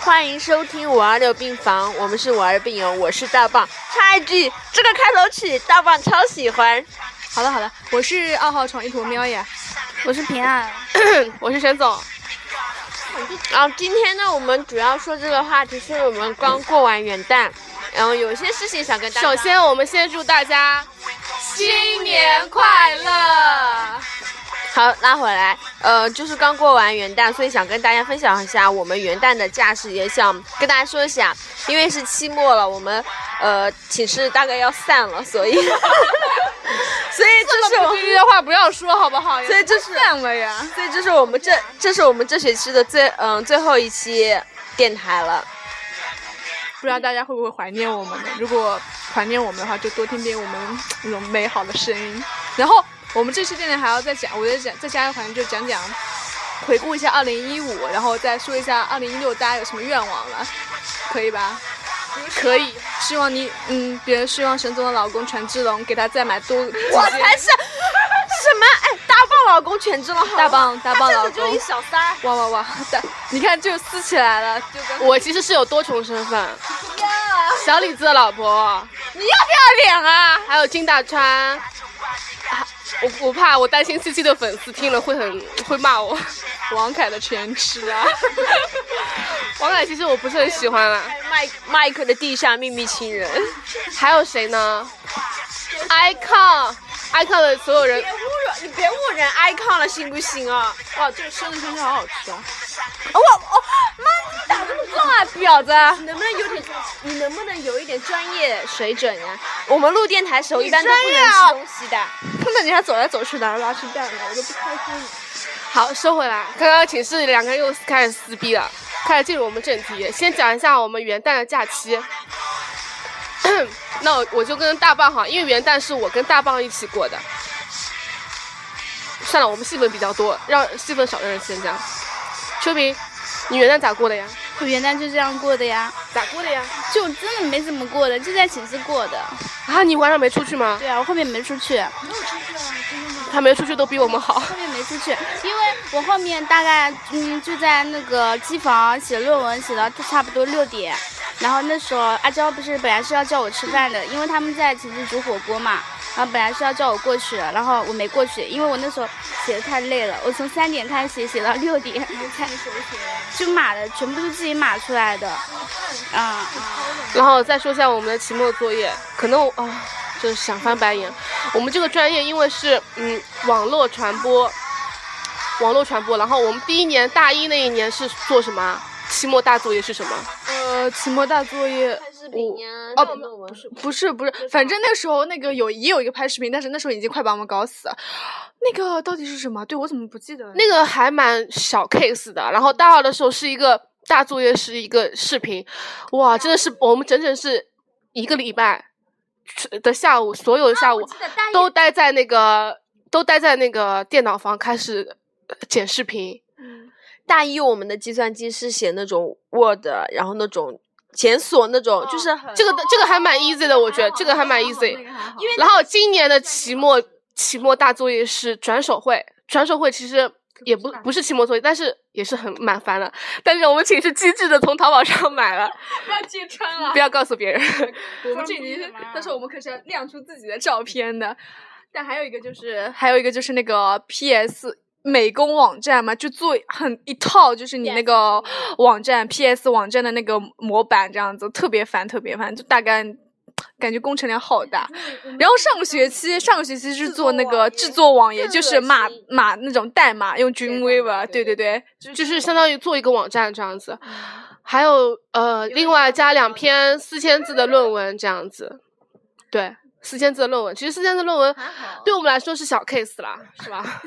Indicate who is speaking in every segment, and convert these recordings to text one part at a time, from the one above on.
Speaker 1: 欢迎收听五二六病房，我们是五二病友，我是大棒。插一句，这个开头曲大棒超喜欢。
Speaker 2: 好了好了，我是二号闯一坨喵呀，
Speaker 3: 我是平 安，
Speaker 4: 我是沈总。
Speaker 1: 然后今天呢，我们主要说这个话题是我们刚过完元旦，然后有些事情想跟大家。
Speaker 4: 首先，我们先祝大家
Speaker 5: 新年快乐。
Speaker 1: 好，拉回来，呃，就是刚过完元旦，所以想跟大家分享一下我们元旦的假期，也想跟大家说一下，因为是期末了，我们呃寝室大概要散了， 所以，所以这是我
Speaker 4: 们这些话不要说好不好？
Speaker 1: 所以这是
Speaker 2: 散了呀，
Speaker 1: 所以这是我们这这是我们这学期的最嗯、呃、最后一期电台了。
Speaker 2: 不知道大家会不会怀念我们呢？如果怀念我们的话，就多听听我们那种美好的声音，然后。我们这期电台还要再讲，我再讲再加一环，就讲讲回顾一下二零一五，然后再说一下二零一六大家有什么愿望了，可以吧？
Speaker 4: 可以。
Speaker 2: 希望你，嗯，别人希望沈总的老公权志龙给他再买多。
Speaker 1: 我才是什么？哎，大棒老公权志龙，
Speaker 2: 大棒大棒老公。
Speaker 1: 就一小三。
Speaker 2: 哇哇 哇！大，你看就撕起来了。就跟
Speaker 4: 我其实是有多重身 份。小李子的老婆，
Speaker 1: 你要不要脸啊？
Speaker 4: 还有金大川。我我怕，我担心七七的粉丝听了会很会骂我。
Speaker 2: 王凯的全吃啊！
Speaker 4: 王凯其实我不是很喜欢啊啦。
Speaker 1: 麦麦克的地下秘密情人，
Speaker 4: 还有谁呢？icon，icon 的所有人。
Speaker 1: 别侮辱，你别侮辱人 icon 了，行不行啊？
Speaker 2: 哇，这个生的香蕉好好吃啊！
Speaker 1: 哦我哦，妈，你打这么重啊，婊子！能不能有点，你能不能有一点专业水准呀、啊？我们录电台时候一般都不能吃东西的。
Speaker 2: 看到你还走来走去拿拉吃蛋呢，我都不开心。
Speaker 4: 好，收回来。刚刚寝室两个人又开始撕逼了，开始进入我们正题。先讲一下我们元旦的假期。 那我我就跟大棒哈，因为元旦是我跟大棒一起过的。算了，我们戏份比较多，让戏份少的人先讲。秋萍，你元旦咋过的呀？
Speaker 3: 我元旦就这样过的呀。
Speaker 4: 咋过的呀？
Speaker 3: 就真的没怎么过的，就在寝室过的。
Speaker 4: 啊，你晚上没出去吗？
Speaker 3: 对啊，我后面没出去。
Speaker 5: 没有出去啊，真的吗？
Speaker 4: 他没出去都比我们好。
Speaker 3: 后面没出去，因为我后面大概嗯就在那个机房写论文，写到差不多六点。然后那时候阿娇不是本来是要叫我吃饭的，因为他们在寝室煮火锅嘛。然后本来是要叫我过去，然后我没过去，因为我那时候写的太累了，我从三点开始写，写到六点。
Speaker 2: 看你手写的？
Speaker 3: 就码的，全部是自己码出来的。嗯。
Speaker 4: 然后再说一下我们的期末作业，可能啊，就是想翻白眼。我们这个专业因为是嗯网络传播，网络传播。然后我们第一年大一那一年是做什么？期末大作业是什么？
Speaker 2: 呃，期末大作业。
Speaker 1: 视频啊，哦、啊，
Speaker 2: 不是不是，反正那时候那个有也有一个拍视频，但是那时候已经快把我们搞死了。那个到底是什么？对我怎么不记得？
Speaker 4: 那个还蛮小 case 的。然后大二的时候是一个大作业，是一个视频，哇，真的是我们整整是一个礼拜的下午，所有的下午都待在那个都待在那个电脑房开始呃剪视频。
Speaker 1: 嗯，大一我们的计算机是写那种 Word，然后那种。检索那种，就是
Speaker 2: 哦
Speaker 4: 这个这个还蛮 easy 的，我觉得这个还蛮 easy。
Speaker 1: 因为
Speaker 4: 然后今年的期末期末大作业是转手绘，转手绘其实也不不是期末作业，但是也是很蛮烦的。但是我们寝室机智的从淘宝上买了，
Speaker 2: 不要揭穿了，
Speaker 4: 不要告诉别人。
Speaker 2: 我们这已经，但是我们可是要亮出自己的照片的。但还有一个就是，还有一个就是那个 PS。美工网站嘛，就做很一套，就是你那个网站 PS 网站的那个模板这样子，特别烦，特别烦，就大概感觉工程量好大。然后上个学期，上个学期是做那个制作网页，就是码码那种代码，用 Dreamweaver，对对对，
Speaker 4: 就是相当于做一个网站这样子。还有呃，另外加两篇四千字的论文这样子。对，四千字的论文，其实四千字论文
Speaker 5: 还好
Speaker 4: 对我们来说是小 case 啦，是吧？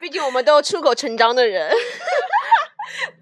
Speaker 1: 毕竟我们都出口成章的人。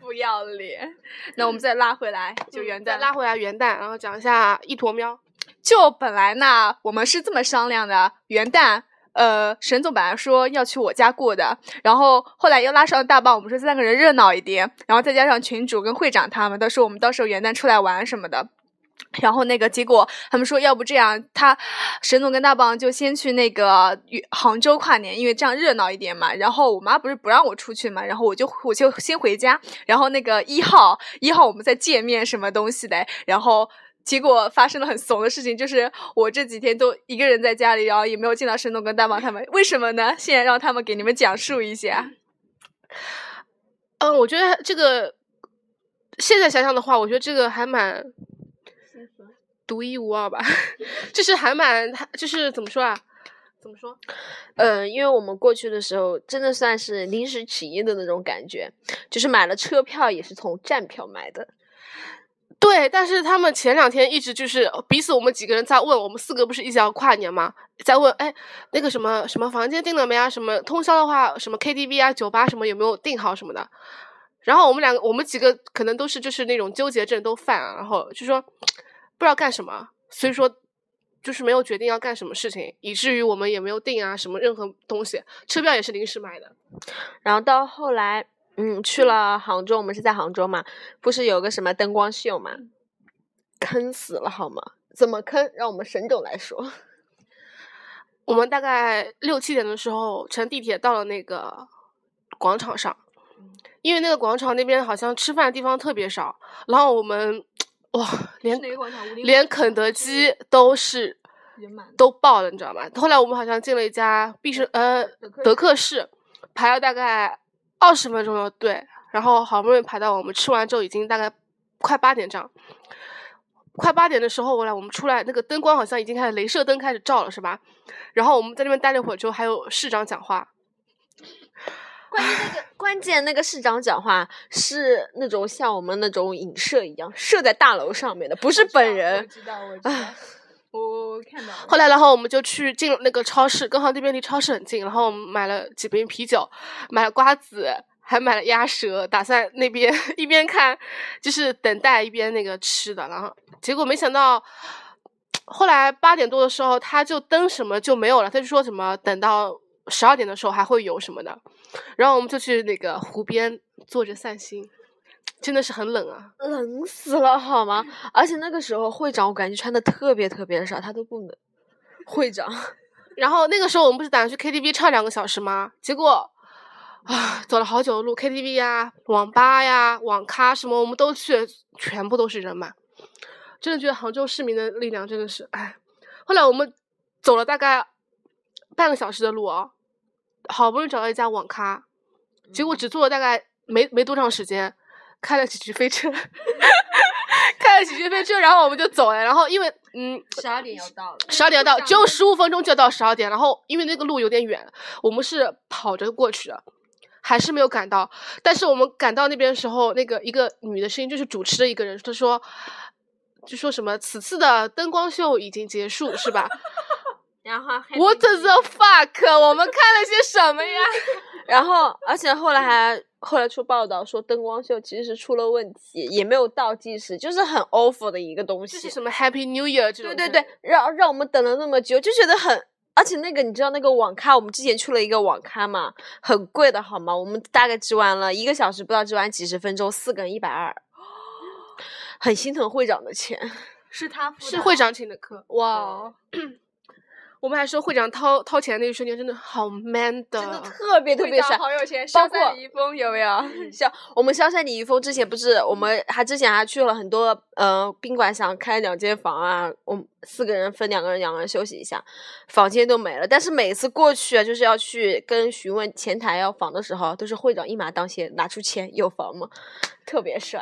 Speaker 2: 不要脸。那我们再拉回来，就元旦
Speaker 4: 再拉回来元旦，然后讲一下一坨喵。
Speaker 2: 就本来呢，我们是这么商量的，元旦。呃，沈总本来说要去我家过的，然后后来又拉上大棒，我们说三个人热闹一点，然后再加上群主跟会长他们，到时候我们到时候元旦出来玩什么的。然后那个结果，他们说要不这样，他沈总跟大棒就先去那个与杭州跨年，因为这样热闹一点嘛。然后我妈不是不让我出去嘛，然后我就我就先回家，然后那个一号一号我们再见面什么东西的，然后。结果发生了很怂的事情，就是我这几天都一个人在家里，然后也没有见到沈总跟大宝他们，为什么呢？现在让他们给你们讲述一下。
Speaker 4: 嗯，我觉得这个现在想想的话，我觉得这个还蛮独一无二吧， 就是还蛮，就是怎么说啊？怎么说？
Speaker 1: 嗯，因为我们过去的时候，真的算是临时起意的那种感觉，就是买了车票也是从站票买的。
Speaker 4: 对，但是他们前两天一直就是彼此，我们几个人在问，我们四个不是一起要跨年吗？在问，哎，那个什么什么房间订了没啊？什么通宵的话，什么 KTV 啊、酒吧什么有没有订好什么的？然后我们两个，我们几个可能都是就是那种纠结症都犯、啊，然后就说不知道干什么，所以说就是没有决定要干什么事情，以至于我们也没有订啊什么任何东西，车票也是临时买的。
Speaker 1: 然后到后来，嗯，去了杭州，我们是在杭州嘛，不是有个什么灯光秀嘛，坑死了好吗？怎么坑？让我们沈总来说。
Speaker 4: 我们大概六七点的时候乘地铁到了那个广场上，
Speaker 2: 嗯
Speaker 4: 因为那个广场那边好像吃饭的地方特别少，然后我们哇，连
Speaker 2: 哪个广场武林
Speaker 4: 连肯德基都是
Speaker 2: 人满
Speaker 4: 都爆了，你知道吗？后来我们好像进了一家必胜呃德克士，排了大概二十分钟的队，然后好不容易排到我们吃完之后已经大概快八点这样。快八点的时候，我来我们出来，那个灯光好像已经开始，镭射灯开始照了，是吧？然后我们在那边待了一会儿之后，还有市长讲话，
Speaker 1: 关键那个关键那个市长讲话是那种像我们那种影射一样，射在大楼上面的，不是本
Speaker 2: 我
Speaker 1: 人。
Speaker 2: 知道，我知道，我我看到了。
Speaker 4: 后来，然后我们就去进那个超市，刚好那边离超市很近，然后我们买了几瓶啤酒，买了瓜子，还买了鸭舌，打算那边一边看，就是等待一边那个吃的。然后结果没想到，后来八点多的时候，他就灯什么就没有了，他就说什么等到十二点的时候还会有什么的。然后我们就去那个湖边坐着散心，真的是很冷啊。
Speaker 1: 冷死了好吗？而且那个时候会长我感觉穿的特别特别少，他都不能。会长，
Speaker 4: 然后那个时候我们不是打算去 KTV 唱两个小时吗？结果啊，走了好久的路，KTV 呀、网吧呀、网咖什么，我们都去，全部都是人满。真的觉得杭州市民的力量真的是，哎。后来我们走了大概半个小时的路啊，好不容易找到一家网咖，结果只坐了大概没没多长时间，开了几局飞车， 开了几局飞车，然后我们就走了。然后因为嗯，
Speaker 5: 十二点要到了，
Speaker 4: 十二点到，只有十五分钟就到十二点。然后因为那个路有点远，我们是跑着过去的，还是没有赶到。但是我们赶到那边的时候，那个一个女的声音就是主持的一个人，她说，就说什么此次的灯光秀已经结束，是 吧
Speaker 1: 然后还
Speaker 4: ？What the fuck？我们看了些什 么呀？
Speaker 1: 然后，而且后来还后来出报道说，灯光秀其实是出了问题，也没有倒计时，就是很 awful 的一个东
Speaker 4: 就是
Speaker 1: 西。
Speaker 4: 什么 Happy New Year 这种
Speaker 1: 对
Speaker 4: 事？
Speaker 1: 对对，让让我们等了那么久，就觉得很。而且那个你知道那个网咖，我们之前去了一个网咖嘛，很贵的好吗？我们大概只玩了一个小时，不到只玩几十分钟，四个人一百二， 很心疼会长的钱。
Speaker 2: 是他
Speaker 4: 是会长请 的客。
Speaker 1: 哇哦，
Speaker 4: 我们还说会长掏掏钱那一瞬间真的好 man 的，
Speaker 1: 真的特别特别帅。
Speaker 2: 好有钱，
Speaker 1: 包
Speaker 2: 上赛
Speaker 1: 括
Speaker 2: 李易峰有没有？
Speaker 1: 啊
Speaker 4: 嗯
Speaker 1: 像我们萧山李易峰之前不是，我们还之前还去了很多呃宾馆，想开两间房啊，我们四个人分两个人，两个人休息一下，房间都没了。但是每次过去啊，就是要去跟询问前台要房的时候，都是会长一马当先拿出钱，有房吗？特别帅。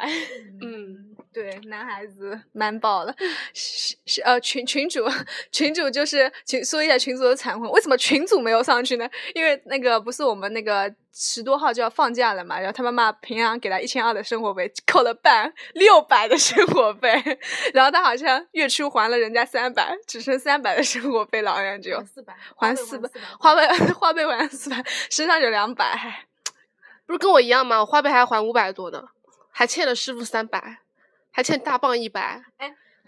Speaker 4: 嗯。
Speaker 2: 对，男孩子蛮爆的， 是是呃群群主群主就是群说一下群主的惨况，为什么群主没有上去呢？因为那个不是我们那个十多号就要放假了嘛，然后他妈妈平常给他一千二的生活费，扣了半六百的生活费，然后他好像月初还了人家三百，只剩三百的生活费了，好像只有
Speaker 6: 四百，
Speaker 2: 还四百，花呗花呗还四百，身上有两百，
Speaker 4: 不是跟我一样吗？我花呗还还五百多呢，还欠了师傅三百，还欠大棒一百。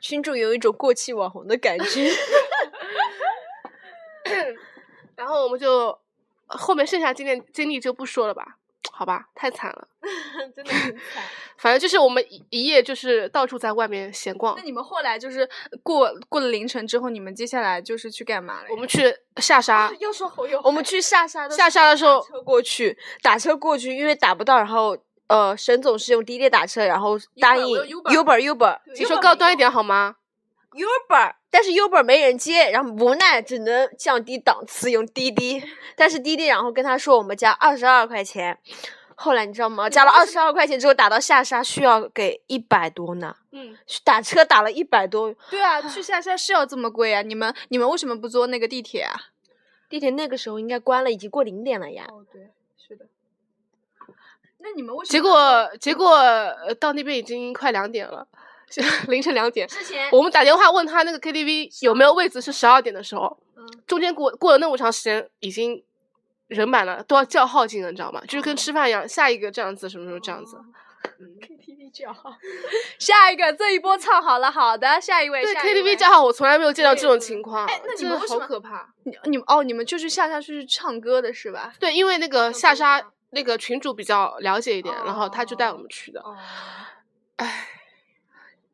Speaker 1: 群主有一种过气网红的感 觉。
Speaker 4: 然后我们就后面剩下经历经历就不说了吧，好吧，太惨了。
Speaker 6: 真的很惨。
Speaker 4: 反正就是我们一一夜就是到处在外面闲逛
Speaker 2: 那。你们后来就是过过了凌晨之后，你们接下来就是去干嘛了呀？
Speaker 4: 我们去下沙，
Speaker 6: 又说侯友
Speaker 1: 我们去下沙的
Speaker 4: 下沙的时候
Speaker 1: 打车过去，打车过去，因为打不到，然后呃，沈总是用滴滴打车，然后答应
Speaker 2: Uber，
Speaker 1: Uber Uber
Speaker 4: 你说高端一点好吗？
Speaker 1: Uber，但是 Uber 没人接，然后无奈只能降低档次用滴滴，但是滴滴然后跟他说我们加二十二块钱，后来你知道吗？加了二十二块钱之后打到下沙需要给一百多呢，
Speaker 4: 嗯，
Speaker 1: 打车打了一百多，
Speaker 2: 对啊，去下沙是要这么贵啊！你们你们为什么不坐那个地铁啊？
Speaker 1: 地铁那个时候应该关了，已经过零点了呀。
Speaker 2: 哦，对，是的。那你们为什么
Speaker 4: 结果结果呃到那边已经快两点了， 凌晨两点。
Speaker 6: 之前
Speaker 4: 我们打电话问他那个 KTV 有没有位置是十二点的时候，
Speaker 2: 嗯
Speaker 4: 中间过过了那么长时间，已经人满了，都要叫号进了，你知道吗？
Speaker 2: 嗯
Speaker 4: 就是跟吃饭一样，下一个这样子，什么时候这样
Speaker 2: 哦
Speaker 4: 子？
Speaker 6: KTV 叫好，
Speaker 2: 下一个这一波唱好了，好的，下一位。
Speaker 4: 对
Speaker 2: 下一位
Speaker 4: KTV 叫号，我从来没有见到这种
Speaker 6: 对
Speaker 4: 情况，
Speaker 2: 哎那你
Speaker 4: 真
Speaker 2: 们
Speaker 4: 的
Speaker 2: 为什
Speaker 4: 好
Speaker 2: 么
Speaker 4: 可怕。
Speaker 2: 你你们哦，你们就是下下去唱歌的是吧？
Speaker 4: 对，因为那个下
Speaker 6: 歌
Speaker 4: 沙
Speaker 6: 吗
Speaker 4: 那个群主比较了解一点，然后他就带我们去的。
Speaker 6: 哦，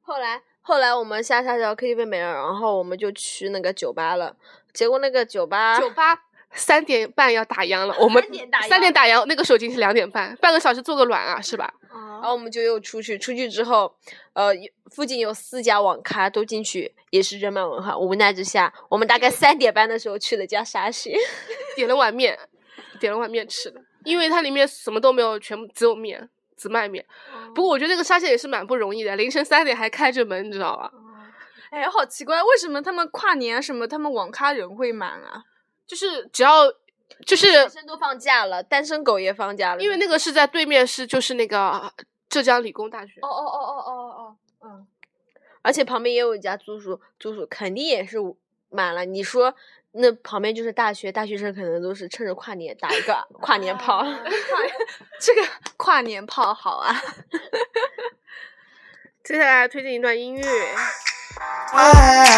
Speaker 1: 后来后来我们下下条 KTV 没了，然后我们就去那个酒吧了。结果那个酒吧，
Speaker 4: 酒吧三点半要打烊了，我们
Speaker 6: 点打烊
Speaker 4: 三点打烊，那个时候已经是两点半，半个小时做个卵啊，是吧？
Speaker 2: 哦
Speaker 1: 然后我们就又出去。出去之后，呃，附近有四家网咖都进去，也是人满为患。无奈之下，我们大概三点半的时候去了家沙县。
Speaker 4: 点了碗面，点了碗面吃的，因为它里面什么都没有，全部只有面，只卖面。不过我觉得那个沙县也是蛮不容易的，凌晨三点还开着门，你知道吧？
Speaker 2: 哎，好奇怪，为什么他们跨年什么，他们网咖人会满啊？
Speaker 4: 就是只要就是
Speaker 1: 单身都放假了，单身狗也放假了，
Speaker 4: 因为那个是在对面是就是那个浙江理工大学，
Speaker 6: 哦哦哦哦哦哦，
Speaker 1: 而且旁边也有一家租宿，租宿肯定也是满了。你说那旁边就是大学，大学生可能都是趁着跨年打一个跨年炮。
Speaker 2: 这个跨年炮好啊！
Speaker 4: 接下来推荐一段音乐，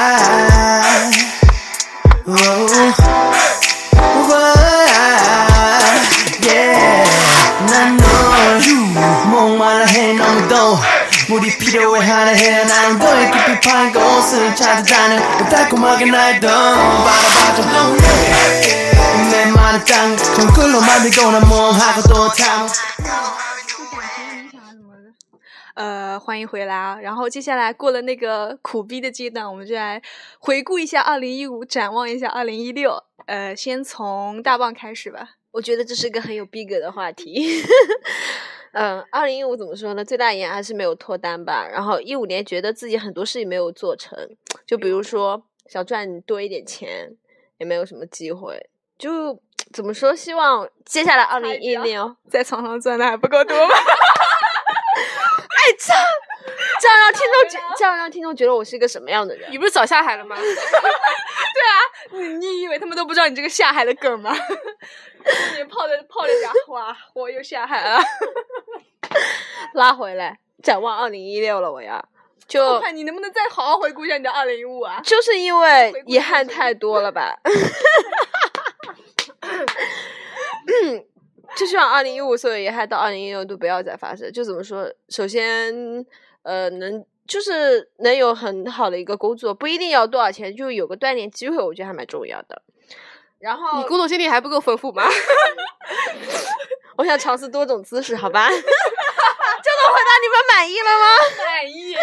Speaker 7: Why? Whoa. Why? Yeah. 난 널, 목말라 해, 너무 더워. 물이 필요해 하나 해 나는 너의 깊이 파인 곳을 찾아다녀 달콤하게 날 더 바라봐줘 내 마른 땅 정글로 만들고 난 몸하고 또 타고
Speaker 2: 呃，欢迎回来啊！然后接下来过了那个苦逼的阶段，我们就来回顾一下二零一五，展望一下二零一六。呃，先从大棒开始吧。
Speaker 1: 我觉得这是一个很有逼格的话题。 嗯，二零一五怎么说呢？最大遗憾还是没有脱单吧。然后一五年觉得自己很多事情没有做成，就比如说想赚多一点钱，也没有什么机会。就怎么说？希望接下来二零一哦六，
Speaker 2: 在床上赚的还不够多吗？
Speaker 1: 这样让听众觉，这样让听众觉得我是一个什么样的人
Speaker 4: 你？不是早下海了 吗？
Speaker 2: 你 你以为他们都不知道你这个下海的梗吗？ 你泡着泡着讲，哇，我又下海啊 了。
Speaker 1: 拉回来，展望二零一六了，我要就
Speaker 2: 我看你能不能再好好回顾一下你的二零一五啊？
Speaker 1: 就是因为
Speaker 2: 回顾
Speaker 1: 遗
Speaker 2: 现
Speaker 1: 憾
Speaker 2: 实
Speaker 1: 太多了吧。 就希望二零一五所有遗憾到二零一六都不要再发生。就怎么说？首先，呃，能就是能有很好的一个工作，不一定要多少钱，就有个锻炼机会，我觉得还蛮重要的。然后
Speaker 4: 你工作经历还不够丰富吗？
Speaker 1: 我想尝试多种姿势，好吧？这种回答你们满意了吗？
Speaker 2: 满意。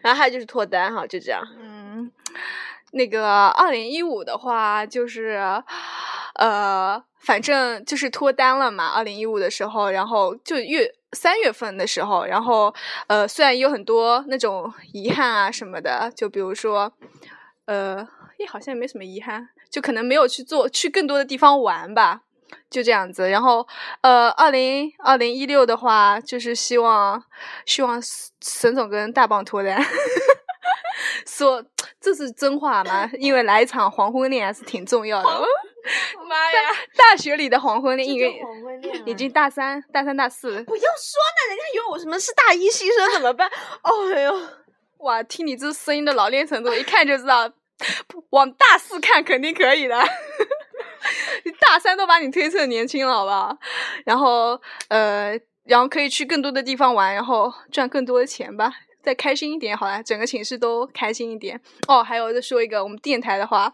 Speaker 1: 然后还有就是脱单哈，就这样。
Speaker 2: 嗯，那个二零一五的话，就是呃，反正就是脱单了嘛。二零一五的时候，然后就月三月份的时候，然后呃，虽然有很多那种遗憾啊什么的，就比如说呃，也好像也没什么遗憾，就可能没有去做去更多的地方玩吧。就这样子。然后，呃，二零二零一六的话，就是希望希望沈总跟大棒脱单。 说这是真话吗？因为来一场黄昏恋还是挺重要的。
Speaker 1: 妈呀！
Speaker 2: 大学里的黄昏恋，因
Speaker 6: 这
Speaker 2: 为
Speaker 6: 就黄昏恋啊
Speaker 2: 已经大三、大三、大四，
Speaker 1: 不要说呢，人家以为我什么是大一新生怎么办？哦 哎呦，
Speaker 2: 哇，听你这声音的老练程度，一看就知道，往大四看肯定可以的。 你大三都把你推测年轻了，好不好？然后呃，然后可以去更多的地方玩，然后赚更多的钱吧，再开心一点好了，整个寝室都开心一点。哦，还有再说一个，我们电台的话，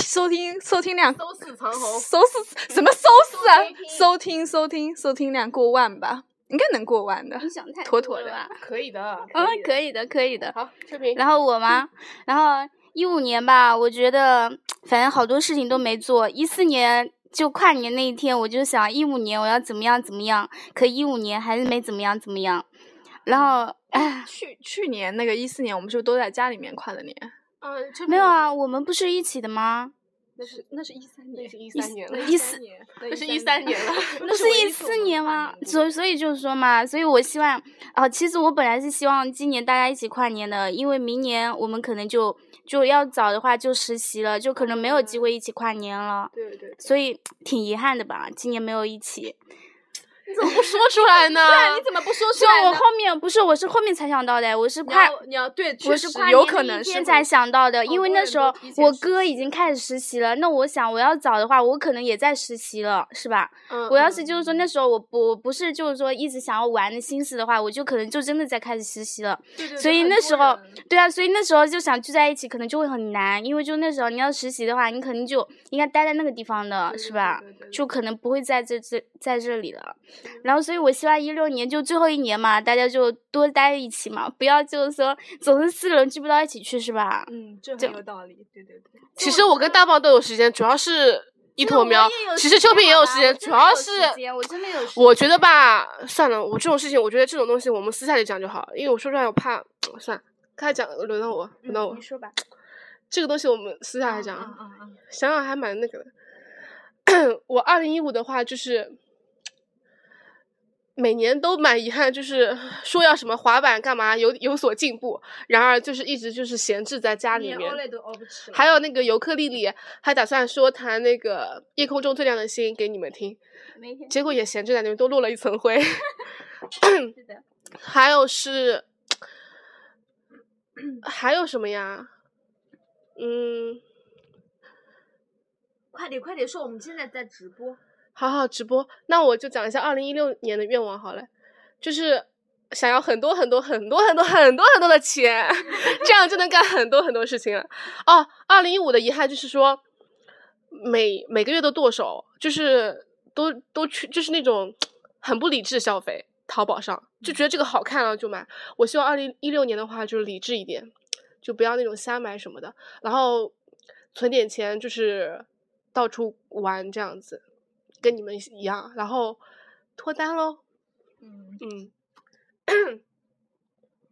Speaker 2: 收听收听量
Speaker 4: 都是长虹。
Speaker 2: 收视什么收视啊？收听收听收听量过万吧，应该能过万的
Speaker 3: 你，想太
Speaker 2: 妥
Speaker 3: 多
Speaker 2: 妥
Speaker 3: 了
Speaker 2: 的
Speaker 3: 吧。
Speaker 4: 哦可以 的，
Speaker 3: 嗯，可以的，可以的。
Speaker 4: 好，视频。
Speaker 3: 然后我吗？然后一五年吧，我觉得反正好多事情都没做。一四年就跨年那一天，我就想一五年我要怎么样怎么样，可一五年还是没怎么样怎么样。然后
Speaker 2: 去去年那个一四年，我们是不是都在家里面跨的年？
Speaker 4: 嗯，这
Speaker 3: 没有啊，我们不是一起的吗？
Speaker 2: 那是那是一三
Speaker 4: 那是一三年了，
Speaker 3: 一四
Speaker 4: 那是一三年了，
Speaker 3: 不是一四年吗？所以所以就是说嘛，所以我希望啊、其实我本来是希望今年大家一起跨年的，因为明年我们可能就就要早的话就实习了，就可能没有机会一起跨年了，
Speaker 6: 对对对，
Speaker 3: 所以挺遗憾的吧，今年没有一起。 啊
Speaker 4: 你怎么不说出来呢？对
Speaker 2: 你怎么不说
Speaker 3: 是我后面不是，我是后面才想到的，我是跨，
Speaker 2: 你要对，
Speaker 3: 我
Speaker 2: 确
Speaker 3: 是
Speaker 2: 实
Speaker 3: 跨
Speaker 2: 有
Speaker 3: 年
Speaker 2: 可
Speaker 3: 那一
Speaker 2: 能是
Speaker 3: 天
Speaker 2: 会
Speaker 3: 才想到的，
Speaker 2: 好
Speaker 3: 因为
Speaker 2: 多
Speaker 3: 那
Speaker 2: 人
Speaker 3: 时
Speaker 2: 都
Speaker 3: 候
Speaker 2: 提前
Speaker 3: 我
Speaker 2: 实
Speaker 3: 哥已经开始实习了，那我想我要早的话，我可能也在实习了，是吧？
Speaker 4: 嗯
Speaker 3: 我要是就是说那时候我不我不是就是说一直想要玩的心思的话，我就可能就真的在开始实习了。所以那时候，对啊，所以那时候就想聚在一起，可能就会很难，因为就那时候你要实习的话，你肯定就应该待在那个地方的，是吧？就可能不会在这这在这里了。然后，所以我希望一六年就最后一年嘛，大家就多待一起嘛，不要就是说总是四个人聚不到一起去，是吧？
Speaker 6: 嗯，这
Speaker 3: 这
Speaker 6: 很有道理，对对对，
Speaker 4: 其实我跟大棒都有时间，主要是一坨苗。其实秋萍也有时间，主要是
Speaker 3: 我真的有时间，
Speaker 4: 我觉得吧，算了，我这种事情，我觉得这种东西我们私下里讲就好，因为我说出来我怕，算了，刚才讲轮到我，轮到我，
Speaker 3: 你说吧。
Speaker 4: 这个东西我们私下来讲，
Speaker 6: 嗯嗯嗯，
Speaker 4: 想想还蛮那个的。我二零一五的话，就是每年都蛮遗憾，就是说要什么滑板干嘛有有所进步，然而就是一直就是闲置在家里
Speaker 6: 连
Speaker 4: 面
Speaker 6: 欧。蕾都欧不起来，
Speaker 4: 还有那个尤克里里，还打算说弹那个《夜空中最亮的星》给你们听，结果也闲置在那边，都落了一 层灰。还有是，还有什么呀？嗯，
Speaker 6: 快点快点说，我们现在在直播，
Speaker 4: 好好直播，那我就讲一下二零一六年的愿望好了，就是想要很多很多很多很多很多很多的钱， 这样就能干很多很多事情了。哦，二零一五的遗憾就是说，每每个月都剁手，就是都都去，就是那种很不理智消费，淘宝上就觉得这个好看了就买。我希望二零一六年的话就是理智一点，就不要那种瞎买什么的，然后存点钱，就是到处玩这样子，跟你们一样，然后脱单喽。
Speaker 6: 嗯，
Speaker 4: 嗯，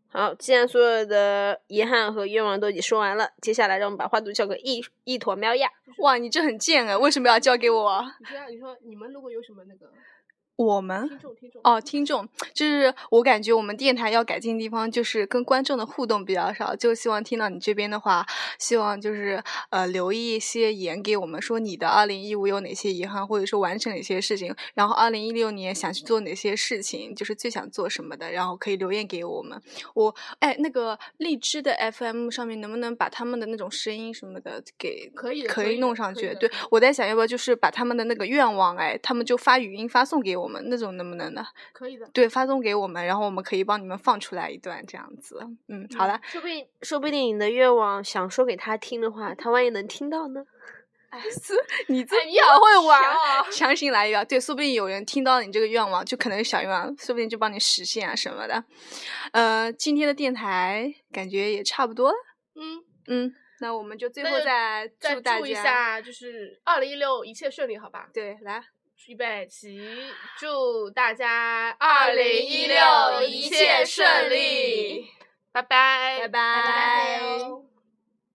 Speaker 1: 好，既然所有的遗憾和愿望都已经说完了，接下来让我们把话筒交给一一坨喵呀。
Speaker 2: 哇，你这很贱哎，为什么要交给我啊？
Speaker 4: 你这样你说你们如果有什么那个
Speaker 2: 我们
Speaker 4: 听众听众
Speaker 2: 哦，听众，就是我感觉我们电台要改进的地方就是跟观众的互动比较少，就希望听到你这边的话，希望就是呃留一些言给我们，说你的二零一五有哪些遗憾，或者说完成哪些事情，然后二零一六年想去做哪些事情，就是最想做什么的，然后可以留言给我们。我哎，那个荔枝的 FM 上面能不能把他们的那种声音什么的给
Speaker 4: 可以的
Speaker 2: 可
Speaker 4: 可以
Speaker 2: 以
Speaker 4: 的
Speaker 2: 弄上
Speaker 4: 可以
Speaker 2: 去？
Speaker 4: 的
Speaker 2: 对，我在想要不要就是把他们的那个愿望哎，他们就发语音发送给我们那种能不能呢？
Speaker 4: 可以的，
Speaker 2: 对，发送给我们，然后我们可以帮你们放出来一段这样子。嗯，好了，
Speaker 1: 说不定，说不定你的愿望想说给他听的话，他万一能听到呢？
Speaker 2: 你
Speaker 4: 哎
Speaker 2: 这 你好会玩啊！强行来一个，对，说不定有人听到你这个愿望，就可能是小愿望，说不定就帮你实现啊什么的。呃，今天的电台感觉也差不多了。
Speaker 4: 嗯，
Speaker 2: 嗯，那我们就最
Speaker 4: 那
Speaker 2: 后
Speaker 4: 就
Speaker 2: 再
Speaker 4: 再
Speaker 2: 祝大
Speaker 4: 祝一
Speaker 2: 家。
Speaker 4: 下，就是二零一六一切顺利，好吧？
Speaker 2: 对，来，
Speaker 4: 预备起，祝大家
Speaker 2: 2016一切顺利，
Speaker 4: 哎拜拜，
Speaker 2: 拜拜
Speaker 6: 拜拜哦。